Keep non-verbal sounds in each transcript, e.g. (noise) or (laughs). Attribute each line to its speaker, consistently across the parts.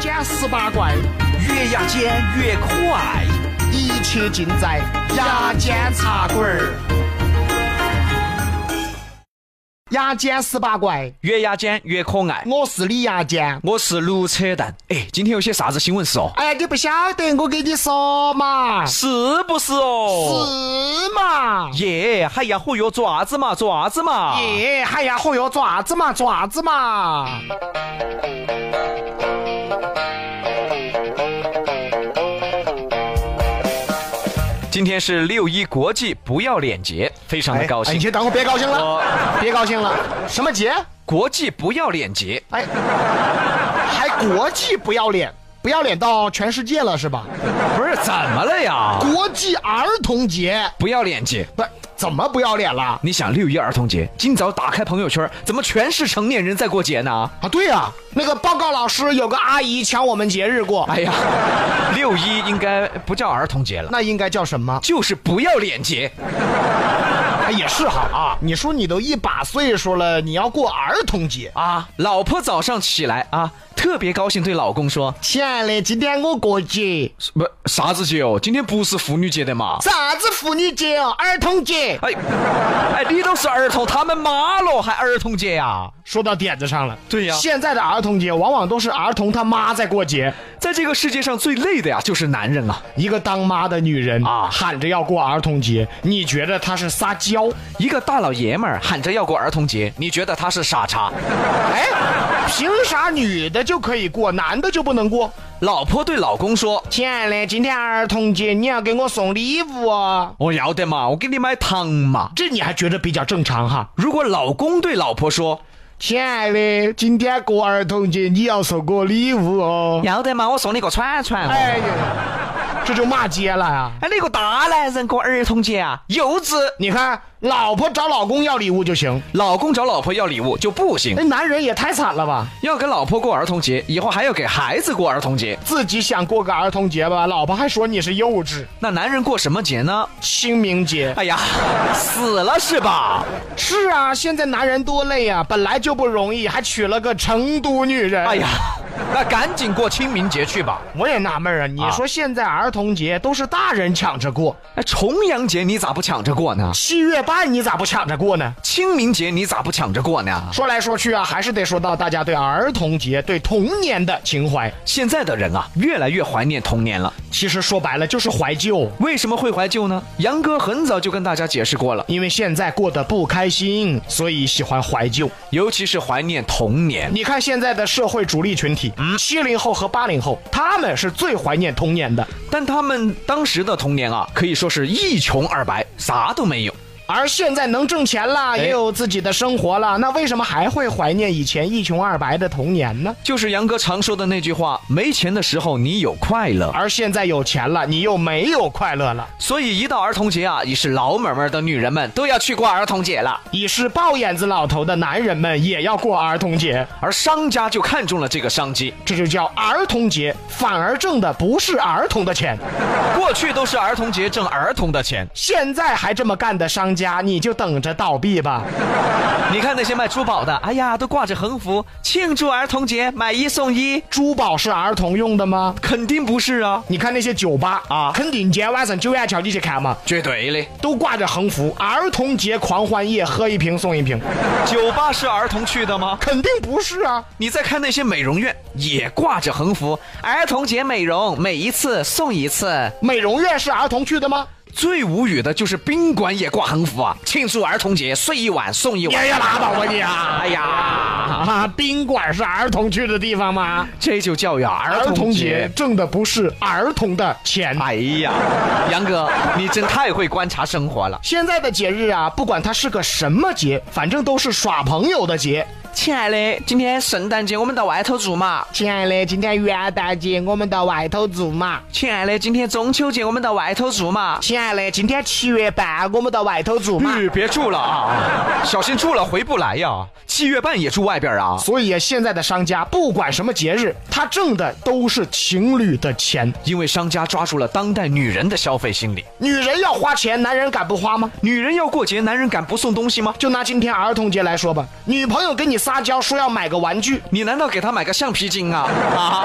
Speaker 1: 尖十八怪，
Speaker 2: 越牙尖越可爱，
Speaker 1: 一切尽在牙尖茶馆儿。牙尖十八怪，
Speaker 2: 越牙尖越可爱。
Speaker 1: 我是李牙尖。
Speaker 2: 我是卢扯蛋。哎，今天有些啥子新闻事哦？
Speaker 1: 哎呀，你不晓得，我跟你说嘛，是
Speaker 2: 是不是哦？
Speaker 1: 嘛？
Speaker 2: 耶，哎呀，嚯哟，爪子嘛，爪子嘛。
Speaker 1: 耶，哎呀，嚯哟，爪子嘛，爪子嘛。
Speaker 2: 今天是六一国际不要脸节，非常的高
Speaker 1: 哎，你
Speaker 2: 兴。哦
Speaker 1: 先等会儿，别高兴了，别高兴了。什么节？
Speaker 2: 国际不要脸节，
Speaker 1: 哎，还国际不要脸，不要脸到全世界了是吧？
Speaker 2: 不是怎么了呀？
Speaker 1: 国际儿童节，
Speaker 2: 不要脸节。
Speaker 1: 不是怎么不要脸了
Speaker 2: 你想六一儿童节，今早打开朋友圈，怎么全是成年人在过节呢？
Speaker 1: 啊？对呀、那个报告老师有个阿姨抢我们节日过，
Speaker 2: 哎呀，六一应该不叫儿童节了，
Speaker 1: 那应该叫什么？
Speaker 2: 就是不要脸节。
Speaker 1: 哎，也是哈啊！你说你都一把岁数了，你要过儿童节，
Speaker 2: 啊，老婆早上起来啊，特别高兴对老公说
Speaker 1: 亲爱的，今天我过节，：“
Speaker 2: 不，啥子节哦？今天不是妇女节的嘛
Speaker 1: 啥子妇女节哦，儿童节？”。
Speaker 2: 哎，哎，你都是儿童，他们妈了还儿童节呀、
Speaker 1: 啊说到点子上了，
Speaker 2: 对呀
Speaker 1: 现在的儿童节往往都是儿童他妈在过节，
Speaker 2: 在这个世界上最累的呀，就是男人啊！
Speaker 1: 一个当妈的女人
Speaker 2: 啊
Speaker 1: 喊着要过儿童节，你觉得她是撒娇？
Speaker 2: 一个大老爷们儿喊着要过儿童节，你觉得他是傻叉？
Speaker 1: 哎，凭啥女的就可以过，男的就不能过？
Speaker 2: 老婆对老公说
Speaker 1: 亲爱的，今天儿童节你要给我送礼物哦：“。
Speaker 2: 我要得嘛，我给你买糖嘛。
Speaker 1: 这你还觉得比较正常哈”？
Speaker 2: 如果老公对老婆说
Speaker 1: 亲爱的，今天过儿童节你要送我礼物：“哦。
Speaker 2: 要得嘛，我送你个串串哦。”
Speaker 1: 哎呀，这就骂街了啊！
Speaker 2: 哎，你个大男人过儿童节啊，幼稚！
Speaker 1: 你看，老婆找老公要礼物就行，
Speaker 2: 老公找老婆要礼物就不行
Speaker 1: 那。男人也太惨了吧！
Speaker 2: 要跟老婆过儿童节，以后还要给孩子过儿童节。
Speaker 1: 自己想过个儿童节吧，老婆还说你是幼稚。
Speaker 2: 那男人过什么节呢？
Speaker 1: 清明节
Speaker 2: 哎呀，死了是吧？
Speaker 1: 是啊，现在男人多累啊，本来就不容易，还娶了个成都女人。
Speaker 2: 哎呀，那赶紧过清明节去吧。
Speaker 1: 我也纳闷儿啊，你
Speaker 2: 啊
Speaker 1: 说现在儿童节都是大人抢着过，
Speaker 2: 哎，重阳节你咋不抢着过呢？
Speaker 1: 七月半你咋不抢着过呢？
Speaker 2: 清明节你咋不抢着过呢？
Speaker 1: 说来说去啊，还是得说到大家对儿童节、对童年的情怀。
Speaker 2: 现在的人啊，越来越怀念童年了。
Speaker 1: 其实说白了就是怀旧，
Speaker 2: 为什么会怀旧呢？杨哥很早就跟大家解释过了，
Speaker 1: 因为现在过得不开心，所以喜欢怀旧。
Speaker 2: 尤其是怀念童年。
Speaker 1: 你看现在的社会主力群体，七零后和八零后，他们是最怀念童年的。
Speaker 2: 但他们当时的童年啊，可以说是一穷二白，啥都没有。
Speaker 1: 而现在能挣钱啦，也有自己的生活啦，那为什么还会怀念以前一穷二白的童年呢？
Speaker 2: 就是杨哥常说的那句话：没钱的时候你有快乐。
Speaker 1: 而现在有钱了，你又没有快乐了，
Speaker 2: 所以一到儿童节啊，已是老买儿的女人们都要去过儿童节了，
Speaker 1: 已是豹眼子老头的男人们也要过儿童节，
Speaker 2: 而商家就看中了这个商机。
Speaker 1: 这就叫儿童节，反而挣的不是儿童的钱，
Speaker 2: 过去都是儿童节挣儿童的钱，
Speaker 1: 现在还这么干的商家，你就等着倒闭吧。
Speaker 2: 你看那些卖珠宝的，哎呀，都挂着横幅庆祝儿童节，买一送一，
Speaker 1: 珠宝是儿童用的吗？
Speaker 2: 肯定不是啊，
Speaker 1: 你看那些酒吧
Speaker 2: 啊
Speaker 1: 肯定今天晚上九眼桥你去看嘛，
Speaker 2: 绝对的。
Speaker 1: 都挂着横幅“儿童节狂欢夜，喝一瓶送一瓶”，
Speaker 2: 酒吧是儿童去的吗？
Speaker 1: 肯定不是啊。
Speaker 2: 你再看那些美容院，也挂着横幅儿童节美容，每一次送一次。
Speaker 1: 美容院是儿童去的吗？
Speaker 2: 最无语的就是宾馆也挂横幅啊，庆祝儿童节，睡一晚送一
Speaker 1: 你
Speaker 2: 晚。
Speaker 1: 也拉倒吧你啊！ (laughs)
Speaker 2: 哎呀，
Speaker 1: 啊，宾馆是儿童去的地方吗？
Speaker 2: 这就叫呀儿
Speaker 1: 儿
Speaker 2: 童
Speaker 1: 童
Speaker 2: 节
Speaker 1: 节。挣的不是儿童的钱。
Speaker 2: 哎呀，杨哥，你真太会观察生活了。
Speaker 1: 现在的节日啊，不管它是个什么节，反正都是耍朋友的节。
Speaker 2: 亲爱的，今天圣诞节我们到外头住嘛。
Speaker 1: 亲爱的，今天元旦节，我们到外头住嘛。
Speaker 2: 亲爱的，今天中秋节我们到外头住嘛。
Speaker 1: 亲爱的，今天七月半，我们到外头住嘛。
Speaker 2: 嗯，别住了啊，小心住了回不来呀。七月半也住外边啊。
Speaker 1: 所以现在的商家不管什么节日，他挣的都是情侣的钱。
Speaker 2: 因为商家抓住了当代女人的消费心理，
Speaker 1: 女人要花钱，男人敢不花吗？
Speaker 2: 女人要过节，男人敢不送东西吗？
Speaker 1: 就拿今天儿童节来说吧，女朋友跟你撒娇说要买个玩具，
Speaker 2: 你难道给她买个橡皮筋啊？啊，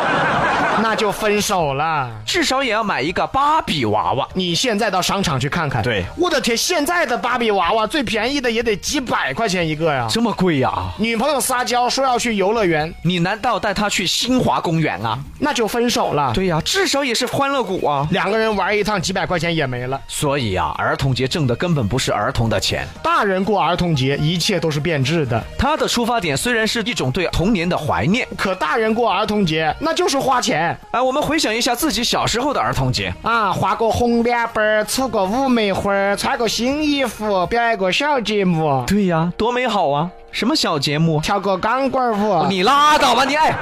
Speaker 1: 那就分手了。
Speaker 2: 至少也要买一个芭比娃娃。
Speaker 1: 你现在到商场去看看，
Speaker 2: 对
Speaker 1: 我的天，现在的芭比娃娃最便宜的也得几百块钱一个呀。
Speaker 2: 这么贵呀、
Speaker 1: 女朋友撒娇说要去游乐园，
Speaker 2: 你难道带她去新华公园啊？
Speaker 1: 那就分手了。
Speaker 2: (laughs) 对呀、至少也是欢乐谷啊。
Speaker 1: 两个人玩一趟，几百块钱也没了。
Speaker 2: 所以啊，儿童节挣的根本不是儿童的钱，
Speaker 1: 大人过儿童节，一切都是变质的。
Speaker 2: 他的出发点虽然是一种对童年的怀念。
Speaker 1: 可大人过儿童节，那就是花钱
Speaker 2: 哎，我们回想一下自己小时候的儿童节，
Speaker 1: 啊，画个红脸盆儿，吃个武梅花儿，穿个新衣服，表演个小节目，
Speaker 2: 对呀、多美好啊！什么小节目？
Speaker 1: 跳个钢管舞，
Speaker 2: 哦你拉倒吧你！哎，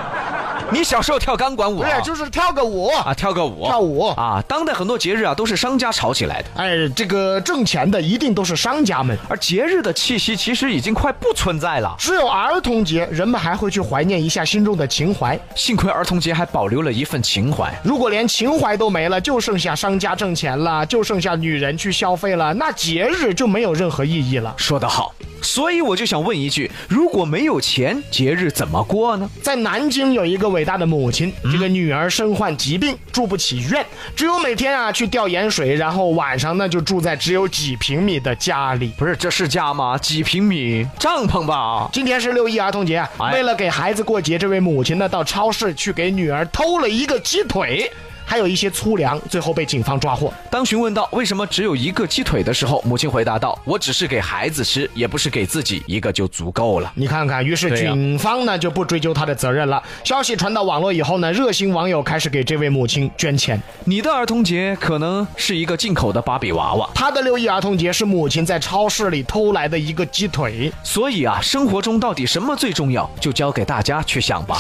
Speaker 2: 你小时候跳钢管舞
Speaker 1: 不
Speaker 2: 啊
Speaker 1: 是？就是跳个舞，
Speaker 2: 啊，跳个舞，
Speaker 1: 跳舞
Speaker 2: 啊！当代很多节日啊都是商家炒起来的，
Speaker 1: 哎，这个挣钱的一定都是商家们。
Speaker 2: 而节日的气息其实已经快不存在了。
Speaker 1: 只有儿童节，人们还会去怀念一下心中的情怀。
Speaker 2: 幸亏儿童节还保留了一份情怀。
Speaker 1: 如果连情怀都没了，就剩下商家挣钱了，就剩下女人去消费了，那节日就没有任何意义了。
Speaker 2: 说得好，所以我就想问一句：如果没有钱，节日怎么过呢？
Speaker 1: 在南京有一个伟大的母亲，这个女儿身患疾病，住不起院，只有每天啊去吊盐水，然后晚上呢就住在只有几平米的家里。
Speaker 2: 不是，这是家吗？几平米帐篷吧？
Speaker 1: 今天是六一儿童节啊，
Speaker 2: 哎
Speaker 1: 为了给孩子过节，这位母亲呢到超市去给女儿偷了一个鸡腿，还有一些粗粮，最后被警方抓获。
Speaker 2: 当询问到为什么只有一个鸡腿的时候，母亲回答道：“我只是给孩子吃，也不是给自己，一个就足够了。
Speaker 1: 你看看，于是
Speaker 2: 对呀
Speaker 1: 警方呢、就不追究他的责任了。消息传到网络以后呢，热心网友开始给这位母亲捐钱。”
Speaker 2: 你的儿童节可能是一个进口的芭比娃娃，
Speaker 1: 他的六一儿童节是母亲在超市里偷来的一个鸡腿。
Speaker 2: 所以啊，生活中到底什么最重要，就交给大家去想吧。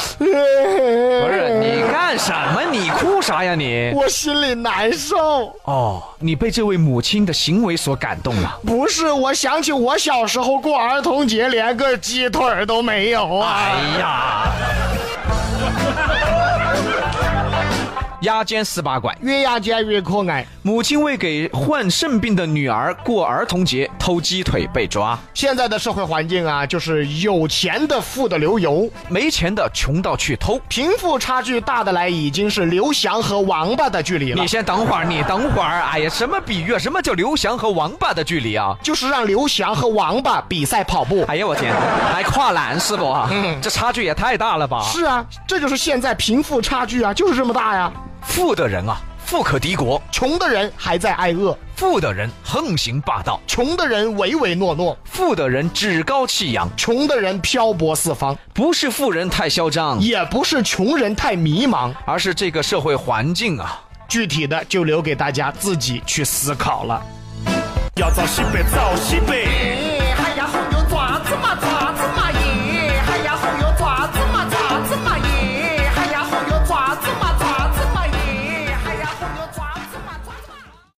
Speaker 2: 不
Speaker 1: 不
Speaker 2: 是你干什么？你哭啥呀你？
Speaker 1: 我心里难受。
Speaker 2: 哦，你被这位母亲的行为所感动了。
Speaker 1: 不是，我想起我小时候过儿童节，连个鸡腿儿都没有啊！
Speaker 2: 哎 (laughs) 呀，压尖十八拐。
Speaker 1: 越压尖越可爱。
Speaker 2: 母亲为给患肾病的女儿过儿童节偷鸡腿被抓，
Speaker 1: 现在的社会环境啊，就是有钱的富的流油，
Speaker 2: 没钱的穷到去偷。
Speaker 1: 贫富差距大的来已经是刘翔和王八的距离了
Speaker 2: 你。先等会儿，你等会儿，哎呀，什么比喻啊？什么叫刘翔和王八的距离啊？
Speaker 1: 就是让刘翔和王八比赛跑步。
Speaker 2: 哎呀，我天，还跨栏是不啊？这差距也太大了吧！
Speaker 1: 是啊，这就是现在贫富差距啊，就是这么大呀。
Speaker 2: 富的人啊，富可敌国；
Speaker 1: 穷的人还在挨饿，
Speaker 2: 富的人横行霸道；
Speaker 1: 穷的人唯唯诺诺，
Speaker 2: 富的人趾高气扬。
Speaker 1: 穷的人漂泊四方，
Speaker 2: 不是富人太嚣张，
Speaker 1: 也不是穷人太迷茫。
Speaker 2: 而是这个社会环境啊。
Speaker 1: 具体的就留给大家自己去思考了。
Speaker 3: 要造西北，造西北。
Speaker 1: 哎呀，好牛